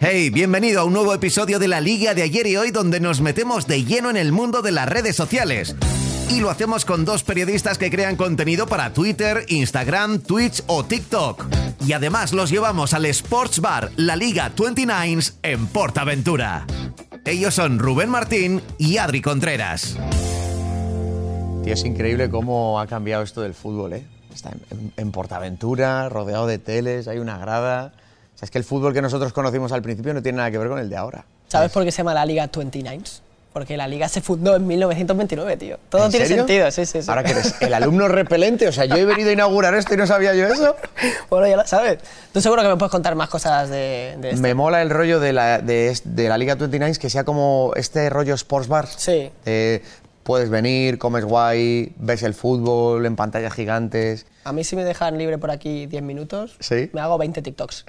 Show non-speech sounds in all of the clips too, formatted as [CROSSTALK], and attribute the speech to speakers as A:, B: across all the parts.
A: Hey, bienvenido a un nuevo episodio de la Liga de ayer y hoy donde nos metemos de lleno en el mundo de las redes sociales. Y lo hacemos con dos periodistas que crean contenido para Twitter, Instagram, Twitch o TikTok. Y además los llevamos al Sports Bar La Liga 29 en Portaventura. Ellos son Rubén Martín y Adri Contreras.
B: Tío, es increíble cómo ha cambiado esto del fútbol, ¿eh? Está en, en- en Portaventura, rodeado de teles, hay una grada. O sea, es que el fútbol que nosotros conocimos al principio no tiene nada que ver con el de ahora.
C: ¿Sabes por qué se llama la Liga 29? Porque la liga se fundó en 1929, tío. Todo
B: ¿En
C: tiene
B: serio?
C: sentido, sí, sí, sí.
B: Ahora que eres el alumno repelente, o sea, yo he venido a inaugurar esto y no sabía yo eso.
C: [LAUGHS] Bueno, ya lo sabes. Tú seguro que me puedes contar más cosas de, de esto.
B: Me mola el rollo de la, de, es- de la Liga 29 que sea como este rollo sports bar.
C: Sí.
B: Eh, puedes venir, comes guay, ves el fútbol en pantallas gigantes.
C: A mí si me dejan libre por aquí 10 minutos,
B: Sí.
C: me hago
B: [LAUGHS]
C: 20 TikToks.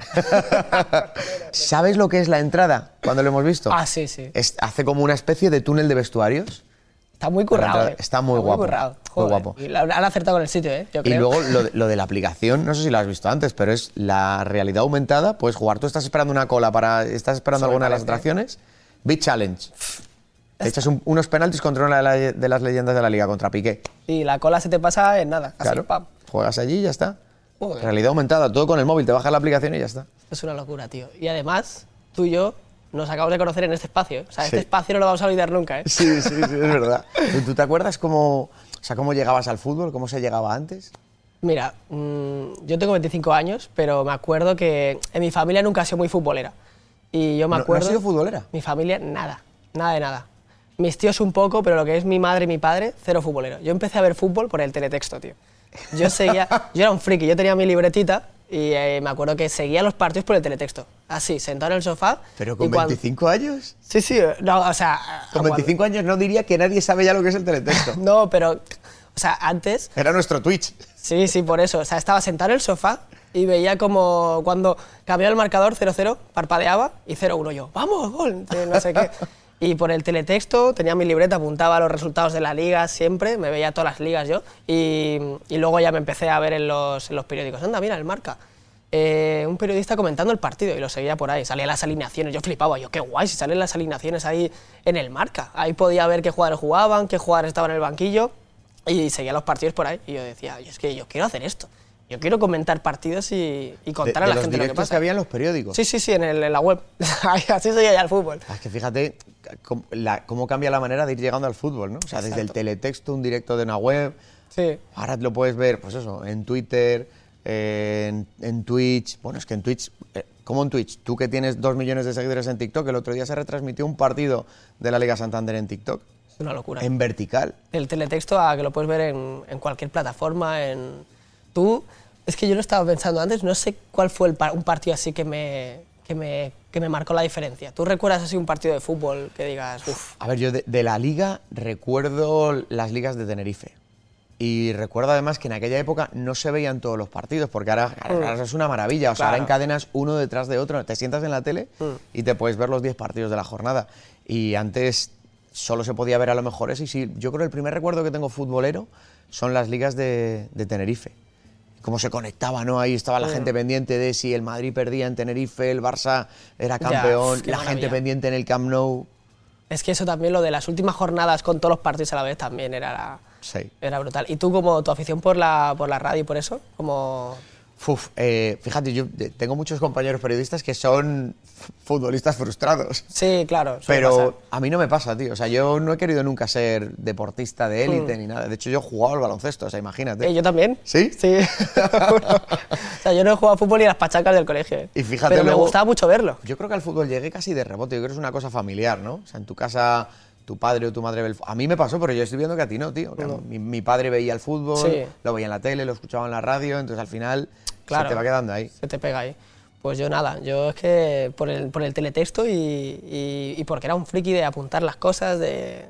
B: ¿Sabes lo que es la entrada cuando lo hemos visto?
C: ah, sí, sí.
B: Es- hace como una especie de túnel de vestuarios.
C: Está muy currado.
B: Está-
C: eh.
B: está muy guapo,
C: currado.
B: muy
C: Joder.
B: guapo.
C: Y la- han acertado con el sitio, ¿eh? Yo
B: Y
C: creo.
B: luego lo de, lo de la aplicación, no sé si lo has visto antes, pero es la realidad aumentada. Puedes jugar, tú estás esperando una cola para. Estás esperando alguna de las atracciones. Big Challenge. Te echas un- unos penaltis contra una de, la- de las leyendas de la liga, contra Piqué.
C: Y la cola se te pasa en nada. Así,
B: Claro.
C: pam.
B: Juegas allí y ya está.
C: Joder.
B: Realidad aumentada, todo con el móvil, te bajas la aplicación y ya está.
C: Es una locura, tío. Y además, tú y yo nos acabamos de conocer en este espacio. ¿eh? O sea, este
B: Sí.
C: espacio no lo vamos a olvidar nunca, ¿eh?
B: Sí, sí, sí, es verdad. ¿Tú, tú te acuerdas cómo, o sea, cómo llegabas al fútbol? ¿Cómo se llegaba antes?
C: Mira, mm, yo tengo 25 años, pero me acuerdo que en mi familia nunca ha sido muy futbolera. Y yo me
B: ¿No- no has
C: acuerdo...
B: sido futbolera?
C: Mi familia, nada. Nada de nada. Mis tíos un poco, pero lo que es mi madre y mi padre, cero futbolero. Yo empecé a ver fútbol por el teletexto, tío.
B: [LAUGHS]
C: Yo seguía... yo era un friki, yo tenía mi libretita y eh, me acuerdo que seguía los partidos por el teletexto. Así, sentado en el sofá...
B: Pero
C: y
B: con
C: cuan-
B: 25 años.
C: Sí, sí, eh, no, o sea...
B: Con
C: aguanta-
B: 25 años no diría que nadie sabe ya lo que es el
C: [LAUGHS]
B: teletexto.
C: No, pero... O sea, antes
B: Era nuestro Twitch.
C: Sí, sí, por eso. O sea, estaba sentado en el sofá y veía como cuando cambiaba el marcador 0-0, parpadeaba y 0-1 yo, vamos, gol, de no sé qué. Y por el teletexto tenía mi libreta, apuntaba los resultados de la liga siempre, me veía todas las ligas yo. Y, y luego ya me empecé a ver en los, en los periódicos, anda, mira, el marca. Eh, un periodista comentando el partido y lo seguía por ahí. Salían las alineaciones, yo flipaba, yo qué guay, si salen las alineaciones ahí en el marca. Ahí podía ver qué jugadores jugaban, qué jugadores estaban en el banquillo y seguía los partidos por ahí. Y yo decía, "Yo es que yo quiero hacer esto. Yo quiero comentar partidos y, y
B: De,
C: contar
B: de
C: a la
B: los
C: gente lo que
B: directos que,
C: pasa.
B: había en los periódicos.
C: Sí, sí, sí, en, el- en la web. [LAUGHS] Así seguía ya el fútbol.
B: Ah, Es que fíjate cómo, la- cómo cambia la manera de ir llegando al fútbol, ¿no? O sea, desde el
C: Exacto.
B: teletexto, un directo de una web.
C: Sí.
B: Ahora lo puedes ver, pues eso, en Twitter, eh, en, en Twitch. Bueno, es que en Twitch, eh, ¿cómo en Twitch? Tú que tienes dos millones de seguidores en TikTok, el otro día se retransmitió un partido de la Liga Santander en TikTok,
C: Es una locura.
B: en vertical.
C: El teletexto a que lo puedes ver en, en cualquier plataforma, en... Tú, es que yo lo estaba pensando antes, no sé cuál fue el par- un partido así que me, que, me, que me marcó la diferencia. ¿Tú recuerdas así un partido de fútbol que digas, uff,
B: A ver, yo de, de la liga recuerdo las ligas de Tenerife. Y recuerdo además que en aquella época no se veían todos los partidos, porque ahora, ahora es una maravilla. O sea, ahora
C: Mm. Claro. Mm.
B: encadenas uno detrás de otro, te sientas en la tele y te puedes ver los 10 partidos de la jornada. Y antes solo se podía ver a lo mejor eso. Y sí, yo creo que el primer recuerdo que tengo futbolero son las ligas de, de Tenerife. Cómo se conectaba, ¿no? Ahí estaba la
C: Mm.
B: gente pendiente de si el Madrid perdía en Tenerife, el Barça era
C: Ya,
B: campeón,
C: qué
B: la gente
C: maravilla.
B: pendiente en el Camp Nou.
C: es que eso también, lo de las últimas jornadas con todos los partidos a la vez también era, la-
B: Sí.
C: era brutal. ¿Y tú, como tu afición por la, por la radio y por eso, como
B: Fuf, eh, fíjate, yo de- tengo muchos compañeros periodistas que son f- futbolistas frustrados.
C: Sí, claro. suele
B: Pero
C: pasar.
B: a mí no me pasa, tío. O sea, yo no he querido nunca ser deportista de élite ni nada. De hecho, yo he jugado al baloncesto, o sea, imagínate.
C: Hmm. Eh, yo también.
B: ¿Sí?
C: Sí. [LAUGHS] o sea, yo no he jugado a fútbol ni a las pachacas del colegio. eh.
B: Y fíjate
C: Pero
B: luego-
C: me gustaba mucho verlo.
B: Yo creo que al fútbol llegué casi de rebote. Yo creo que es una cosa familiar, ¿no? O sea, en tu casa, tu padre o tu madre ve el fu- A mí me pasó, pero yo estoy viendo que a ti no, tío. Que a mi, mi padre veía el fútbol,
C: Sí.
B: lo veía en la tele, lo escuchaba en la radio, entonces al final
C: Claro.
B: se te va quedando ahí.
C: Se te pega ahí. Pues yo nada, yo es que por el, por el teletexto y, y- y porque era un friki de apuntar las cosas, de, de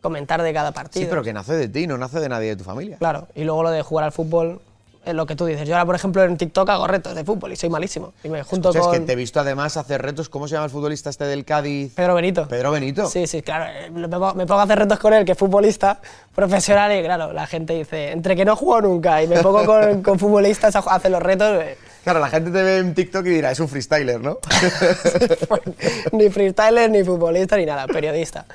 C: comentar de cada partido.
B: Sí, pero que nace de ti, no nace de nadie de tu familia.
C: Claro, y luego lo de jugar al fútbol, es lo que tú dices. Yo ahora, por ejemplo, en TikTok hago retos de fútbol y soy malísimo. Y me junto
B: Escucha, es
C: con
B: que te he visto además hacer retos. ¿Cómo se llama el futbolista este del Cádiz?
C: Pedro Benito.
B: Pedro Benito.
C: Sí, sí, claro. eh, Me pongo, me pongo a hacer retos con él, que es futbolista profesional, y claro, la gente dice, entre que no juego nunca y me pongo con, con futbolistas a ju- a hacer los retos, eh, [LAUGHS]
B: Claro, la gente te ve en TikTok y dirá, es un freestyler, ¿no?
C: pues, ni freestyler, ni futbolista, ni nada, periodista.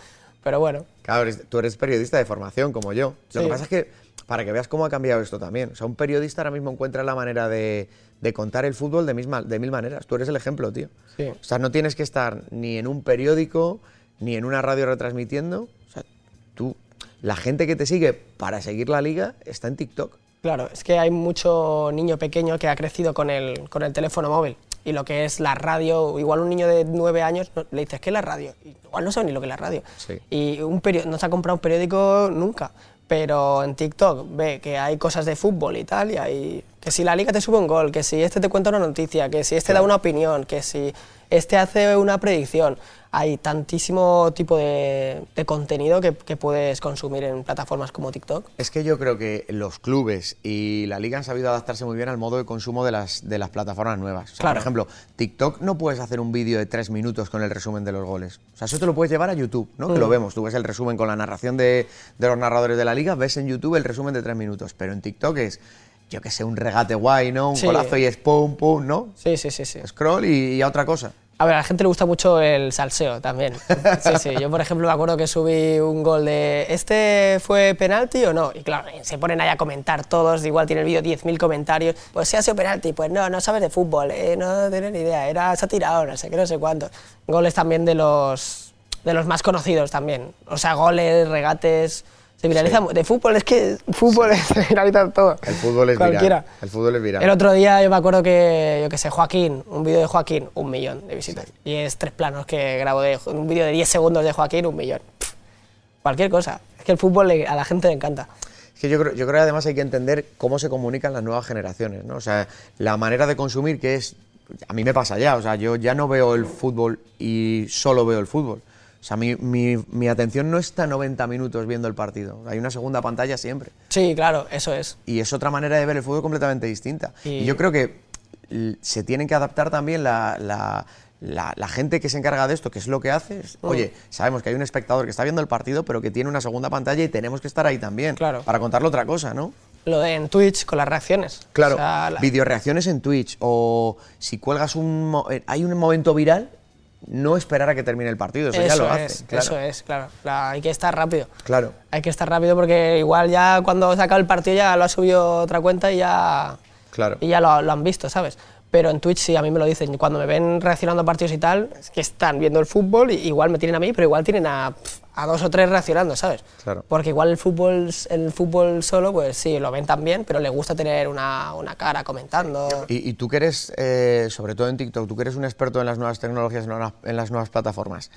C: Pero bueno,
B: Claro, eres- tú eres periodista de formación, como yo. Lo
C: Sí.
B: que pasa es que, para que veas cómo ha cambiado esto también, o sea, un periodista ahora mismo encuentra la manera de, de contar el fútbol de, misma, de mil maneras. Tú eres el ejemplo, tío.
C: Sí.
B: O sea, no tienes que estar ni en un periódico, ni en una radio retransmitiendo. O sea, tú, la gente que te sigue para seguir la liga está en TikTok.
C: claro, es que hay mucho niño pequeño que ha crecido con el, con el teléfono móvil. Y lo que es la radio, igual un niño de nueve años no- le dices, ¿qué es la radio? Y Igual no sabe ni lo que es la radio.
B: Sí.
C: Y un perio- no se ha comprado un periódico nunca, pero en TikTok ve que hay cosas de fútbol y tal, y hay, que si la liga te sube un gol, que si este te cuenta una noticia, que si este da una opinión, que si este hace una predicción. Hay tantísimo tipo de, de contenido que, que puedes consumir en plataformas como TikTok.
B: Es que yo creo que los clubes y la liga han sabido adaptarse muy bien al modo de consumo de las, de las plataformas nuevas. O sea,
C: Claro.
B: Por ejemplo, TikTok no puedes hacer un vídeo de tres minutos con el resumen de los goles. O sea, eso te lo puedes llevar a YouTube, ¿no? Que lo
C: Mm.
B: vemos. Tú ves el resumen con la narración de, de los narradores de la liga, ves en YouTube el resumen de tres minutos. Pero en TikTok es, yo qué sé, un regate guay, ¿no? Un
C: Sí.
B: golazo y es pum, pum, ¿no?
C: Sí, sí, sí, sí.
B: Scroll y, y a otra cosa.
C: A ver, a la gente le gusta mucho el salseo también. Sí, sí. Yo, por ejemplo, me acuerdo que subí un gol de ¿este fue penalti o no? Y claro, se ponen ahí a comentar todos, igual tiene el vídeo 10.000 comentarios. Pues si ha sido penalti, pues no, no sabes de fútbol, eh, no tienes ni idea, era, se ha tirado, no sé qué, no sé cuánto. Goles también de los, de los más conocidos también. O sea, goles, regates, se viraliza. mu- De fútbol, es que fútbol [LAUGHS] se viraliza todo.
B: El fútbol es viral.
C: Cualquiera.
B: El fútbol es viral.
C: El otro día yo me acuerdo que, yo qué sé, Joaquín, un vídeo de Joaquín, un millón de visitas. Y es tres planos que grabo de un vídeo de 10 segundos de Joaquín, un millón. Pff, Cualquier cosa. Es que el fútbol le- a la gente le encanta.
B: Es que yo creo, yo creo que además hay que entender cómo se comunican las nuevas generaciones, ¿no? O sea, la manera de consumir que es. A mí me pasa ya, o sea, yo ya no veo el fútbol y solo veo el fútbol. O sea, mi, mi- mi atención no está 90 minutos viendo el partido. Hay una segunda pantalla siempre.
C: Sí, claro, eso es.
B: Y es otra manera de ver el fútbol completamente distinta. Y,
C: Y-
B: yo creo que l- se tienen que adaptar también la, la- la- la gente que se encarga de esto, que es lo que hace. es, Oye, sabemos que hay un espectador que está viendo el partido, pero que tiene una segunda pantalla y tenemos que estar ahí también.
C: Claro.
B: Para contarle otra cosa, ¿no?
C: Lo de en Twitch con las reacciones.
B: Claro,
C: O sea, la-
B: videoreacciones en Twitch o si cuelgas un... mo- eh, hay un momento viral, no esperar a que termine el partido, eso, ya
C: eso
B: lo
C: es,
B: hace. Claro.
C: Eso es, claro. La- hay que estar rápido.
B: Claro.
C: Hay que estar rápido porque igual ya cuando se acaba el partido ya lo ha subido otra cuenta y ya.
B: Claro.
C: Y ya lo, lo han visto, ¿sabes? Pero en Twitch sí, a mí me lo dicen. Cuando me ven reaccionando a partidos y tal, es que están viendo el fútbol, y igual me tienen a mí, pero igual tienen a, pf, a dos o tres reaccionando, ¿sabes?
B: Claro.
C: Porque igual el fútbol, el fútbol solo, pues sí, lo ven también, pero les gusta tener una, una cara comentando.
B: Y, y tú que eres, eh, sobre todo en TikTok, tú que eres un experto en las nuevas tecnologías, en las- en las nuevas plataformas,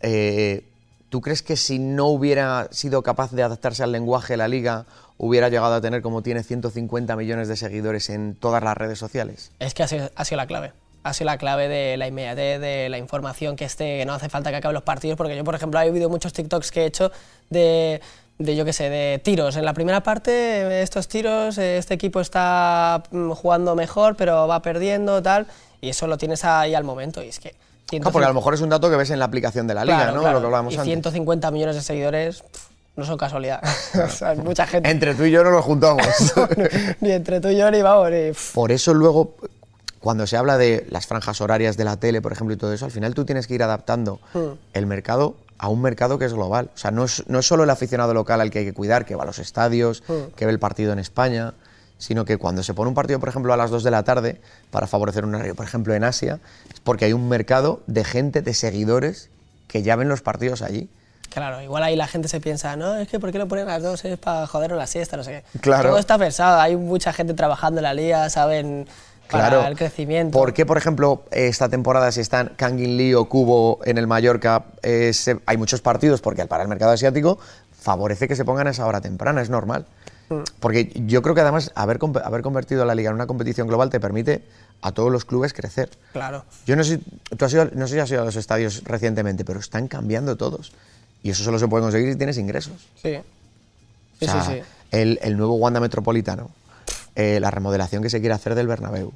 B: eh, ¿tú crees que si no hubiera sido capaz de adaptarse al lenguaje de la liga, hubiera llegado a tener como tiene 150 millones de seguidores en todas las redes sociales?
C: Es que ha sido, ha sido la clave. Ha sido la clave de la inmediatez, de la información que esté, que no hace falta que acaben los partidos, porque yo, por ejemplo, he vivido muchos TikToks que he hecho de, de, yo qué sé, de tiros. En la primera parte, estos tiros, eh, este equipo está mm, jugando mejor, pero va perdiendo, tal, y eso lo tienes ahí al momento, y es que...
B: Ah, porque a lo mejor es un dato que ves en la aplicación de la liga,
C: Claro,
B: ¿no?
C: claro.
B: Lo que hablábamos
C: y
B: antes.
C: 150 millones de seguidores pff, no son casualidad. [LAUGHS] O sea, es
B: [LAUGHS]
C: mucha gente.
B: Entre tú y yo no nos juntamos. [LAUGHS]
C: ni entre tú y yo, ni vamos, ni... pff.
B: Por eso luego, cuando se habla de las franjas horarias de la tele, por ejemplo, y todo eso, al final tú tienes que ir adaptando el mercado a un mercado que es global. O sea, no es, no es solo el aficionado local al que hay que cuidar, que va a los estadios, que ve el partido en España, sino que cuando se pone un partido, por ejemplo, a las 2 de la tarde, para favorecer un horario, por ejemplo, en Asia, es porque hay un mercado de gente, de seguidores, que ya ven los partidos allí.
C: Claro, igual ahí la gente se piensa, no, es que ¿por qué lo ponen a las dos? Es para joder la siesta, no sé qué.
B: Claro.
C: Todo está pensado, hay mucha gente trabajando en la liga, saben, para
B: Claro.
C: el crecimiento.
B: ¿Por qué, por ejemplo, esta temporada, si están Kangin Lee o Cubo en el Mallorca, eh, se- hay muchos partidos? Porque al- para el mercado asiático favorece que se pongan a esa hora temprana, es normal.
C: Mm.
B: Porque yo creo que además haber, comp- haber convertido la liga en una competición global te permite a todos los clubes crecer.
C: Claro.
B: Yo no sé, tú has ido, no sé si has ido a los estadios recientemente, pero están cambiando todos. Y eso solo se puede conseguir si tienes ingresos.
C: Sí.
B: O
C: Sí,
B: sea,
C: sí, sí.
B: El, el nuevo Wanda Metropolitano, eh, la remodelación que se quiere hacer del Bernabéu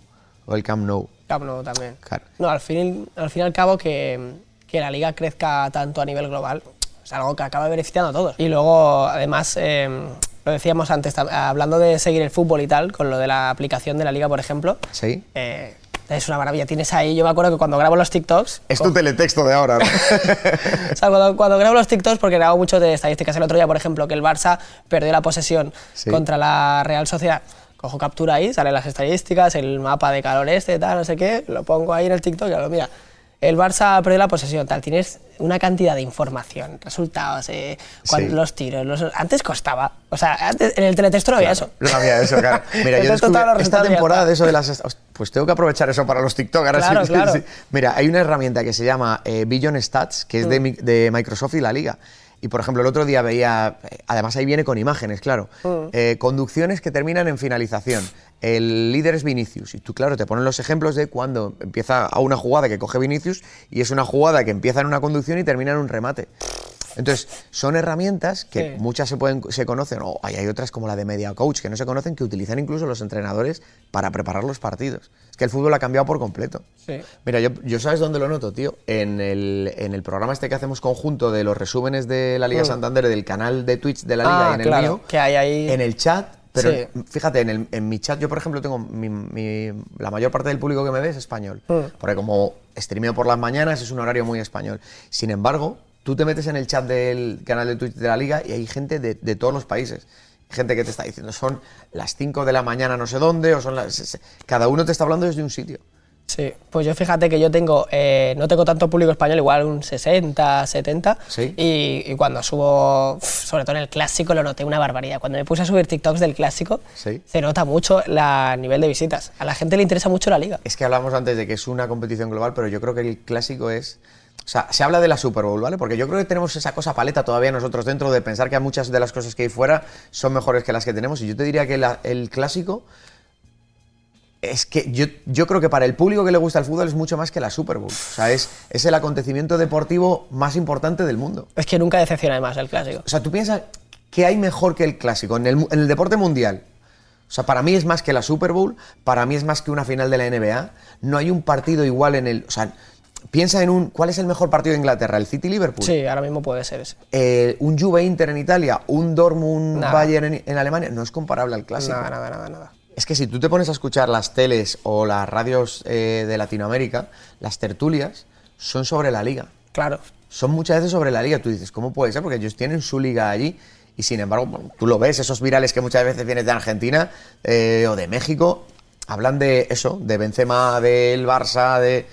B: o el Camp Nou.
C: Camp Nou también.
B: Claro.
C: No, al fin, al fin y al cabo que, que la liga crezca tanto a nivel global es algo que acaba beneficiando a todos. Y luego, además, eh, Lo decíamos antes, tam- hablando de seguir el fútbol y tal, con lo de la aplicación de la liga, por ejemplo.
B: Sí.
C: eh, es una maravilla. Tienes ahí, yo me acuerdo que cuando grabo los TikToks,
B: Es tu teletexto de
C: [LAUGHS]
B: ahora. ¿no?
C: o sea, cuando, cuando grabo los TikToks, porque grabo mucho de estadísticas, el otro día, por ejemplo, que el Barça perdió la posesión
B: Sí.
C: contra la Real Sociedad. Cojo captura ahí, salen las estadísticas, el mapa de calor este, tal, no sé qué, lo pongo ahí en el TikTok y hablo, mira, el Barça perdió la posesión, tal, tienes una cantidad de información, resultados, eh, cuan-
B: Sí.
C: los tiros, los- antes costaba, o sea, antes, en el teletexto no había eso.
B: No había eso, claro.
C: [LAUGHS]
B: Mira, yo
C: Te he
B: descubrí
C: contado
B: esta
C: los resultados y ya
B: temporada
C: está.
B: de eso de las... est- host- Pues tengo que aprovechar eso para los TikTok. Ahora
C: Claro,
B: sí,
C: claro.
B: sí. Mira, hay una herramienta que se llama eh, Billion Stats, que es de, mi- de Microsoft y la Liga. Y, por ejemplo, el otro día veía... eh, Además, ahí viene con imágenes, claro. Eh, conducciones que terminan en finalización. El líder es Vinicius. Y tú, claro, te ponen los ejemplos de cuando empieza a una jugada que coge Vinicius y es una jugada que empieza en una conducción y termina en un remate. Entonces, son herramientas que
C: Sí.
B: muchas se, pueden, se conocen, o hay, hay otras como la de Media Coach, que no se conocen, que utilizan incluso los entrenadores para preparar los partidos. Es que el fútbol ha cambiado por completo.
C: Sí.
B: Mira, yo, yo sabes dónde lo noto, tío. En el, en el programa este que hacemos conjunto de los resúmenes de la Liga Santander, del canal de Twitch de la Liga
C: Mm.
B: y
C: Ah,
B: en
C: claro,
B: el mío,
C: que hay ahí-
B: en el chat. Pero
C: Sí.
B: fíjate, en, el- en mi chat, yo por ejemplo tengo mi- mi- la mayor parte del público que me ve es español.
C: Mm.
B: Porque como streameo por las mañanas es un horario muy español. Sin embargo, tú te metes en el chat del canal de Twitch de la Liga y hay gente de, de todos los países. Gente que te está diciendo, son las 5 de la mañana no sé dónde, o son las... se- se- Cada uno te está hablando desde un sitio.
C: Sí, pues yo fíjate que yo tengo, eh, no tengo tanto público español, igual un 60, 70.
B: Sí.
C: Y, y cuando subo, uf, sobre todo en el clásico, lo noté una barbaridad. Cuando me puse a subir TikToks del clásico,
B: Sí.
C: se nota mucho la- el nivel de visitas. A la gente le interesa mucho la liga.
B: Es que hablamos antes de que es una competición global, pero yo creo que el clásico es. O sea, se habla de la Super Bowl, ¿vale? Porque yo creo que tenemos esa cosa paleta todavía nosotros dentro de pensar que muchas de las cosas que hay fuera son mejores que las que tenemos. Y yo te diría que la- el clásico. Es que yo, yo creo que para el público que le gusta el fútbol es mucho más que la Super Bowl. O sea, es, es el acontecimiento deportivo más importante del mundo.
C: Es que nunca decepciona además el clásico.
B: O sea, tú piensas que hay mejor que el clásico en el, mu- en el deporte mundial. O sea, para mí es más que la Super Bowl, para mí es más que una final de la NBA. No hay un partido igual en el. O sea, piensa en un. ¿Cuál es el mejor partido de Inglaterra? ¿El City Liverpool?
C: Sí, ahora mismo puede ser ese.
B: Eh, un Juve Inter en Italia, un Dortmund
C: Nada.
B: Bayern en, en Alemania. No es comparable al clásico.
C: Nada, nada, nada, nada.
B: Es que si tú te pones a escuchar las teles o las radios eh, de Latinoamérica, las tertulias son sobre la liga
C: Claro.
B: son muchas veces sobre la liga. Tú dices, ¿cómo puede ser? Porque ellos tienen su liga allí y sin embargo, bueno, tú lo ves, esos virales que muchas veces vienen de Argentina eh, o de México, hablan de eso, de Benzema, del Barça, de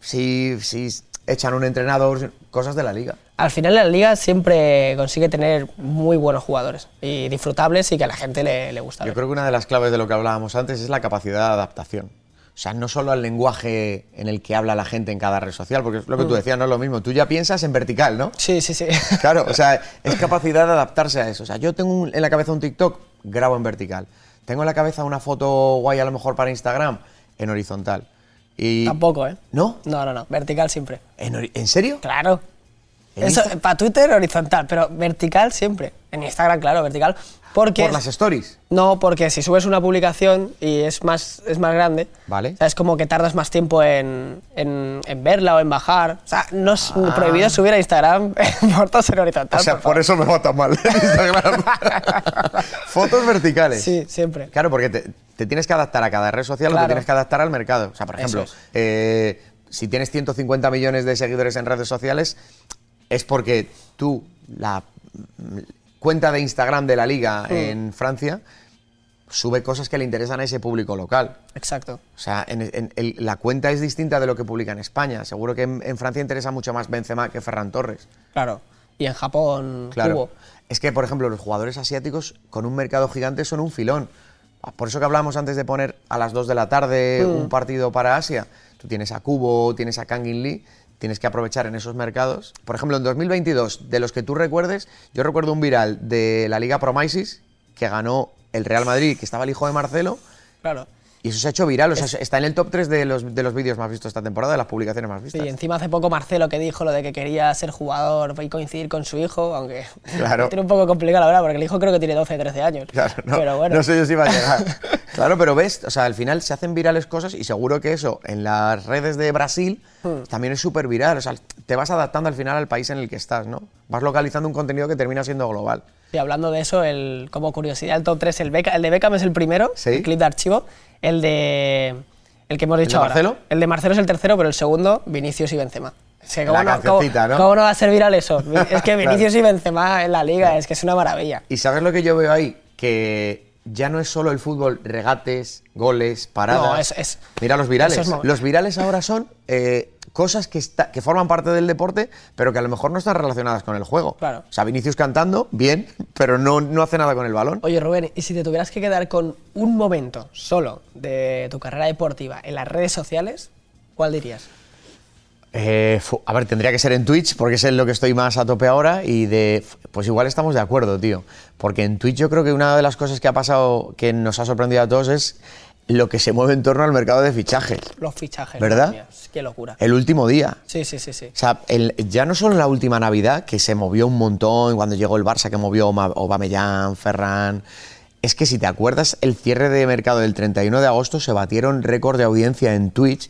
B: si, si echan un entrenador, cosas de la liga.
C: Al final la liga siempre consigue tener muy buenos jugadores y disfrutables y que a la gente le, le gusta.
B: Yo
C: ver.
B: creo que una de las claves de lo que hablábamos antes es la capacidad de adaptación. O sea, no solo al lenguaje en el que habla la gente en cada red social, porque es lo que tú decías, no es lo mismo. Tú ya piensas en vertical, ¿no?
C: Sí, sí, sí.
B: Claro, o sea, es capacidad de adaptarse a eso. O sea, yo tengo un- en la cabeza un TikTok, grabo en vertical. Tengo en la cabeza una foto guay a lo mejor para Instagram, en horizontal. Y
C: [LAUGHS] Tampoco, ¿eh?
B: ¿No?
C: No, no, no. Vertical siempre.
B: ¿En, hori- en serio?
C: Claro.
B: ¿En
C: Eso,
B: Insta?
C: para Twitter horizontal, pero vertical siempre. En Instagram, claro, vertical. Porque
B: Por las stories.
C: no, porque si subes una publicación y es más, es más grande,
B: Vale.
C: o sea, es como que tardas más tiempo en, en- en verla o en bajar. O sea, no es
B: Ah.
C: prohibido subir a Instagram [LAUGHS] fotos en horizontal. por favor.
B: eso me va tan mal [LAUGHS]
C: [LAUGHS]
B: Instagram. Fotos verticales.
C: Sí, siempre.
B: Claro, porque te, te tienes que adaptar a cada red social o
C: Claro.
B: te tienes que adaptar al mercado. O sea, por
C: Eso
B: ejemplo,
C: es.
B: eh, si tienes 150 millones de seguidores en redes sociales, es porque tú, la mm, cuenta de Instagram de la liga
C: Hmm.
B: en Francia, sube cosas que le interesan a ese público local.
C: Exacto.
B: O sea, en- en el- la cuenta es distinta de lo que publica en España. Seguro que en, en Francia interesa mucho más Benzema que Ferran Torres.
C: Claro. Y en Japón,
B: Claro.
C: Kubo.
B: Es que, por ejemplo, los jugadores asiáticos con un mercado gigante son un filón. Ah, Por eso que hablábamos antes de poner a las 2 de la tarde un partido para Asia. Tú tienes a Kubo, tienes a Kang In Lee, tienes que aprovechar en esos mercados. Por ejemplo, en 2022, de los que tú recuerdes, yo recuerdo un viral de la Liga Promaisis que ganó el Real Madrid, que estaba el hijo de Marcelo,
C: Claro.
B: y eso se ha hecho viral. O sea, está en el top 3 de los, de los vídeos más vistos esta temporada, de las publicaciones más
C: Sí,
B: vistas.
C: y encima hace poco Marcelo que dijo lo de que quería ser jugador y coincidir con su hijo, aunque [LAUGHS]
B: Claro.
C: tiene un poco complicado la verdad, porque el hijo creo que tiene 12, 13 años.
B: Claro, no,
C: Pero bueno,
B: no sé yo si va a llegar.
C: [LAUGHS]
B: claro, pero ves, o sea, al final
C: Hmm.
B: se hacen virales cosas y seguro que eso en las redes de Brasil también es súper viral. O sea, te te vas adaptando al final al país en el que estás, ¿no? Vas localizando un contenido que termina siendo global.
C: Y hablando de eso, el, como curiosidad, el top 3, el, Beca- el de Beckham es el primero,
B: Sí.
C: el clip de archivo. El de. El que hemos dicho
B: de
C: ahora.
B: Marcelo?
C: El de Marcelo es el tercero, pero el segundo, Vinicius y Benzema. Es que
B: La
C: cómo no, cómo-
B: cancioncita, ¿no?
C: cómo no va a ser
B: [LAUGHS]
C: viral eso? Es que
B: Claro.
C: Vinicius y Benzema en la liga, es que es una maravilla.
B: Y sabes lo que yo veo ahí, que ya no es solo el fútbol, regates, goles, paradas.
C: No, es- es-
B: Mira los virales.
C: eso es mo-
B: los virales ahora son eh, cosas que, está- que forman parte del deporte, pero que a lo mejor no están relacionadas con el juego.
C: Claro.
B: O sea, Vinicius cantando, bien, pero no, no hace nada con el balón.
C: Oye, Rubén, y si te tuvieras que quedar con un momento solo de tu carrera deportiva en las redes sociales, ¿cuál dirías?
B: Eh, fu- a ver, tendría que ser en Twitch, porque es en lo que estoy más a tope ahora. Y de. Pues igual estamos de acuerdo, tío. Porque en Twitch yo creo que una de las cosas que ha pasado, que nos ha sorprendido a todos, es lo que se mueve en torno al mercado de fichajes.
C: Los fichajes.
B: ¿Verdad?
C: madre mía, Qué locura.
B: El último día.
C: Sí, sí, sí, sí.
B: O sea, el- ya no solo en la última Navidad, que se movió un montón, cuando llegó el Barça que movió Ma- Aubameyang, Ferran... Es que si te acuerdas, el cierre de mercado del 31 de agosto se batieron récord de audiencia en Twitch.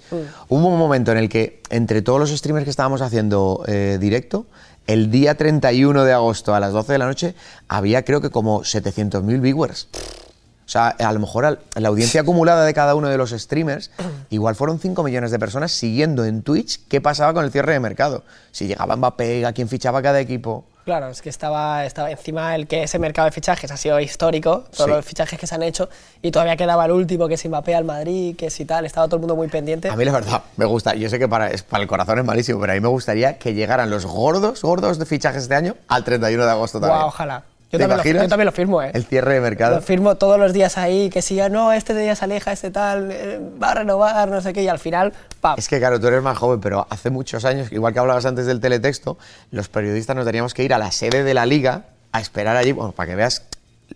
B: Hubo un momento en el que, entre todos los streamers que estábamos haciendo eh, directo, el día 31 de agosto a las 12 de la noche, había creo que como 700.000 viewers. O sea, a lo mejor al- la audiencia acumulada de cada uno de los streamers,
C: [CLEARS THROAT]
B: igual fueron 5 millones de personas siguiendo en Twitch qué pasaba con el cierre de mercado. Si llegaba Mbappé, a quién fichaba cada equipo.
C: Claro, es que estaba, estaba encima el que ese mercado de fichajes ha sido histórico, todos
B: Sí.
C: los fichajes que se han hecho, y todavía quedaba el último, que si Mbappé al Madrid, que si tal, estaba todo el mundo muy pendiente.
B: A mí la verdad me gusta, yo sé que para, es- para el corazón es malísimo, pero a mí me gustaría que llegaran los gordos, gordos de fichajes este año al 31 de agosto
C: Guau,
B: también.
C: ojalá.
B: ¿Te
C: Yo también, lo,
B: imaginas?
C: yo también lo firmo, ¿eh?
B: El cierre de mercado.
C: Lo firmo todos los días ahí, que si ya no, este día se aleja, este tal, eh, va a renovar, no sé qué, y al final, ¡pam!
B: Es que claro, tú eres más joven, pero hace muchos años, igual que hablabas antes del teletexto, los periodistas nos teníamos que ir a la sede de la liga a esperar allí, bueno, para que veas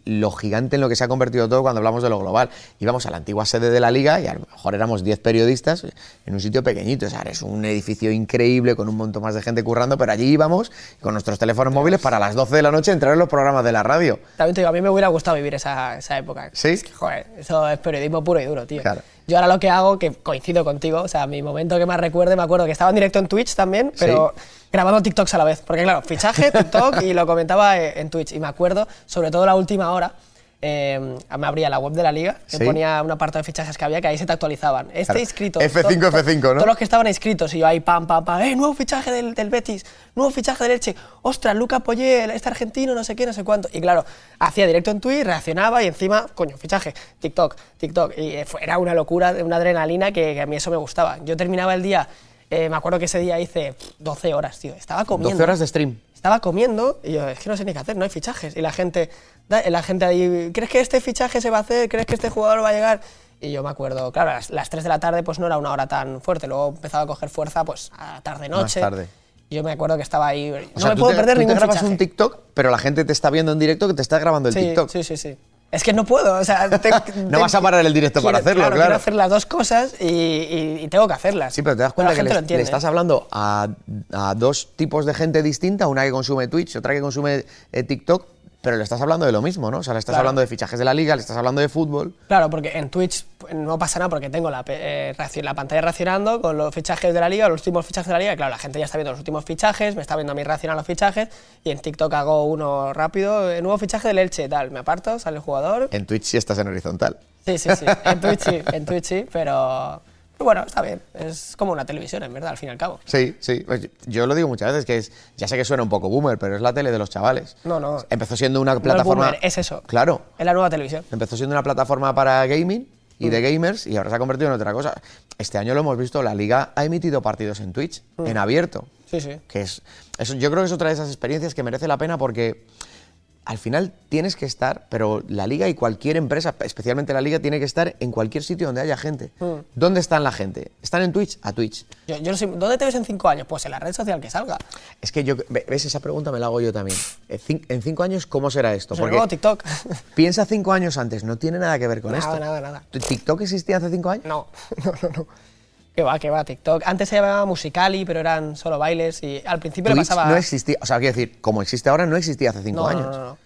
B: lo gigante en lo que se ha convertido todo cuando hablamos de lo global. Íbamos a la antigua sede de la liga y a lo mejor éramos 10 periodistas en un sitio pequeñito, o sea, es un edificio increíble con un montón más de gente currando, pero allí íbamos con nuestros teléfonos móviles para las 12 de la noche entrar en los programas de la radio.
C: También te digo, a mí me hubiera gustado vivir esa, esa época.
B: ¿Sí?
C: Es que, joder, eso es periodismo puro y duro, tío.
B: Claro.
C: Yo ahora lo que hago, que coincido contigo, o sea, mi momento que más recuerde, me acuerdo que estaba en directo en Twitch también, pero grabando TikToks a la vez. Porque claro,
B: [LAUGHS]
C: fichaje, TikTok y lo comentaba eh, en Twitch. Y me acuerdo, sobre todo la última hora, eh, me abría la web de la liga, que
B: Sí.
C: ponía una parte de fichajes que había, que ahí se te actualizaban. Este
B: Claro.
C: inscrito.
B: F5,
C: to- to-
B: F5, ¿no?
C: Todos los que estaban inscritos y yo ahí, pam, pam, pam, ¡eh, nuevo fichaje del, del Betis! ¡Nuevo fichaje del Elche! ¡Ostras, Luca Poyé, este argentino, no sé qué, no sé cuánto! Y claro, hacía directo en Twitch, reaccionaba y encima, coño, fichaje, TikTok, TikTok. Y eh, fue- era una locura, una adrenalina que, que a mí eso me gustaba. Yo terminaba el día, eh, me acuerdo que ese día hice pff, 12 horas, tío. Estaba comiendo.
B: 12 horas de stream.
C: Estaba comiendo y yo, es que no sé ni qué hacer, no hay fichajes. Y la gente, da- la gente ahí, ¿crees que este fichaje se va a hacer? ¿Crees que este jugador va a llegar? Y yo me acuerdo, claro, a las, las 3 de la tarde pues no era una hora tan fuerte, luego empezaba a coger fuerza pues a tarde-noche.
B: Más tarde.
C: Y yo me acuerdo que estaba ahí, no
B: O sea,
C: me
B: tú
C: puedo
B: te-
C: perder
B: tú
C: ningún
B: te grabas
C: fichaje.
B: un TikTok, pero la gente te está viendo en directo que te está grabando el
C: sí,
B: TikTok.
C: sí, sí, sí. Es que no puedo,
B: [LAUGHS]
C: o sea... te- te-
B: vas a parar el directo para hacerlo,
C: claro.
B: claro.
C: Quiero hacer las dos cosas y, y- y tengo que hacerlas.
B: Sí, pero te das cuenta
C: la
B: que
C: gente lo
B: le,
C: entiende. ¿eh?
B: le estás hablando a, a dos tipos de gente distinta, una que consume Twitch, otra que consume eh, TikTok, pero le estás hablando de lo mismo, ¿no? O sea, le estás
C: Claro.
B: hablando de fichajes de la liga, le estás hablando de fútbol.
C: Claro, porque en Twitch pues, no pasa nada porque tengo la, pe- eh, reaccion- la pantalla reaccionando con los fichajes de la liga, los últimos fichajes de la liga. y Claro, la gente ya está viendo los últimos fichajes, me está viendo a mí reaccionar a los fichajes y en TikTok hago uno rápido, eh, nuevo fichaje del Elche, tal, me aparto, sale el jugador.
B: En Twitch sí estás en horizontal.
C: Sí, sí, sí, en Twitch sí, en Twitch sí, pero, pero bueno, está bien, es como una televisión en verdad, al fin y al cabo.
B: Sí, sí. Pues yo- yo lo digo muchas veces, que es, ya sé que suena un poco boomer, pero es la tele de los chavales.
C: No, no.
B: Empezó siendo una plataforma...
C: boomer, es eso.
B: Claro.
C: Es la nueva televisión.
B: Empezó siendo una plataforma para gaming y
C: Mm.
B: de gamers y ahora se ha convertido en otra cosa. Este año lo hemos visto, la liga ha emitido partidos en Twitch,
C: Mm.
B: en abierto.
C: Sí, sí.
B: que es, eso yo creo que es otra de esas experiencias que merece la pena porque al final tienes que estar, pero la liga y cualquier empresa, especialmente la liga, tiene que estar en cualquier sitio donde haya gente.
C: Mm.
B: ¿Dónde están la gente? ¿Están en Twitch? A Twitch.
C: Yo, yo no sé, ¿Dónde te ves en cinco años? Pues en la red social que salga.
B: Es que yo, ve- ves, esa pregunta me la hago yo también. Eh, cin- En cinco años, ¿cómo será esto?
C: Pues el nuevo TikTok.
B: piensa cinco años antes, no tiene nada que ver con
C: Nada,
B: esto.
C: nada, nada.
B: ¿TikTok existía hace cinco años? [LAUGHS]
C: No, no, no, no. Que va, que va, TikTok. Antes se llamaba Musicali, pero eran solo bailes y al principio le
B: Twitch
C: pasaba...
B: no existía, o sea, quiero decir, como existe ahora, no existía hace cinco
C: no, no,
B: años.
C: no,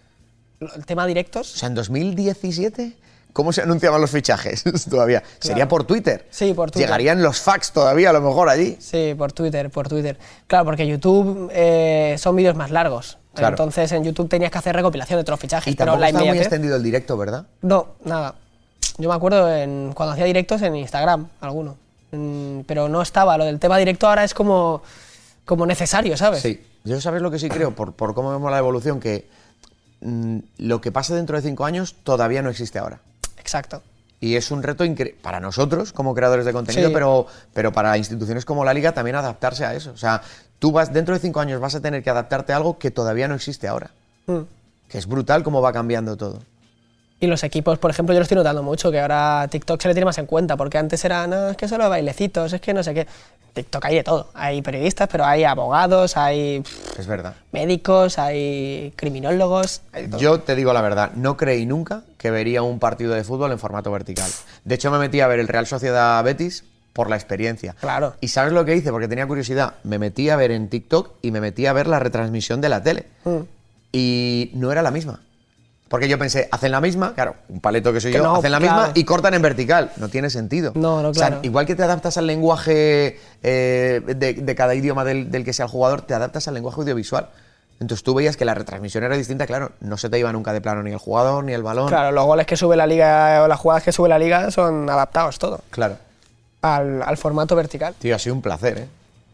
C: no. El tema directos,
B: O sea, en 2017, ¿Cómo se anunciaban los fichajes [LAUGHS] todavía? Sería por Twitter.
C: Sí, por Twitter.
B: Llegarían los fax todavía, a lo mejor allí.
C: Sí, por Twitter, por Twitter. Claro, porque YouTube eh, son vídeos más largos.
B: Claro.
C: Entonces en YouTube tenías que hacer recopilación de todos los fichajes.
B: Y
C: pero
B: tampoco
C: la
B: estaba muy
C: inmediatez-
B: extendido el directo, ¿verdad?
C: No, nada. Yo me acuerdo en, cuando hacía directos en Instagram, alguno. Mm, pero no estaba. Lo del tema directo ahora es como, como necesario, ¿sabes?
B: Sí. Yo sabes lo que sí creo, por, por cómo vemos la evolución, que mm, lo que pase dentro de cinco años todavía no existe ahora.
C: Exacto.
B: Y es un reto incre- para nosotros como creadores de contenido,
C: Sí.
B: pero, pero para instituciones como la Liga también adaptarse a eso. O sea, tú vas dentro de cinco años vas a tener que adaptarte a algo que todavía no existe ahora.
C: Mm.
B: Que es brutal cómo va cambiando todo.
C: Y los equipos, por ejemplo, yo lo estoy notando mucho, que ahora TikTok se le tiene más en cuenta, porque antes era, no, es que solo bailecitos, es que no sé qué. TikTok hay de todo. Hay periodistas, pero hay abogados, hay pff,
B: Es verdad.
C: médicos, hay criminólogos. hay de todo.
B: Yo te digo la verdad, no creí nunca que vería un partido de fútbol en formato vertical. De hecho, me metí a ver el Real Sociedad Betis por la experiencia.
C: Claro.
B: ¿Y sabes lo que hice? Porque tenía curiosidad. Me metí a ver en TikTok y me metí a ver la retransmisión de la tele.
C: Mm.
B: Y no era la misma. Porque yo pensé, hacen la misma, claro, un paleto que soy
C: Que
B: yo,
C: no,
B: hacen la misma
C: claro.
B: y cortan en vertical. No tiene sentido.
C: No, no,
B: O sea,
C: claro.
B: igual que te adaptas al lenguaje eh, de, de cada idioma del, del que sea el jugador, te adaptas al lenguaje audiovisual. Entonces tú veías que la retransmisión era distinta, claro, no se te iba nunca de plano ni el jugador ni el balón.
C: Claro, los goles que sube la liga o las jugadas que sube la liga son adaptados todo
B: Claro.
C: al, al formato vertical.
B: Tío, ha sido un placer, ¿eh?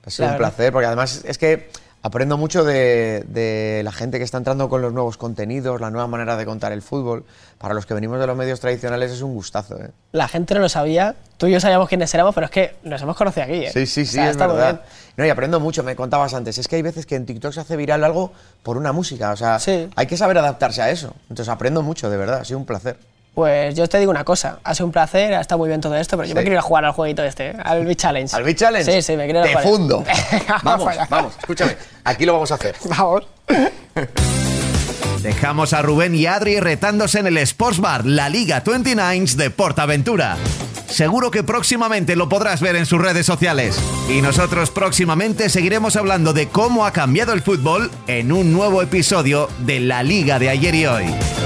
B: Ha sido
C: La
B: un
C: verdad.
B: placer, porque además es que aprendo mucho de, de la gente que está entrando con los nuevos contenidos, la nueva manera de contar el fútbol. Para los que venimos de los medios tradicionales es un gustazo, ¿eh?
C: La gente no lo sabía, tú y yo sabíamos quiénes éramos, pero es que nos hemos conocido aquí, ¿eh?
B: Sí, sí,
C: O
B: sí,
C: sea,
B: es
C: está muy
B: verdad.
C: bien.
B: No, y aprendo mucho, me contabas antes. Es que hay veces que en TikTok se hace viral algo por una música. O sea,
C: Sí.
B: hay que saber adaptarse a eso. Entonces aprendo mucho, de verdad. Ha sido un
C: [LAUGHS]
B: placer.
C: Pues yo te digo una cosa, ha sido un placer, ha estado muy bien todo esto, pero yo me
B: Sí.
C: quiero ir a jugar al jueguito este, ¿eh? al Beat Challenge.
B: Al Beat Challenge.
C: Sí, sí, me quiero ir a
B: Te
C: jugar. [LAUGHS]
B: fundo. vamos,
C: Fuera.
B: vamos, escúchame. Aquí lo vamos a hacer.
C: Vamos.
A: Dejamos a Rubén y Adri retándose en el Sports Bar La Liga 29 de Portaventura. Seguro que próximamente lo podrás ver en sus redes sociales. Y nosotros próximamente seguiremos hablando de cómo ha cambiado el fútbol en un nuevo episodio de La Liga de ayer y hoy.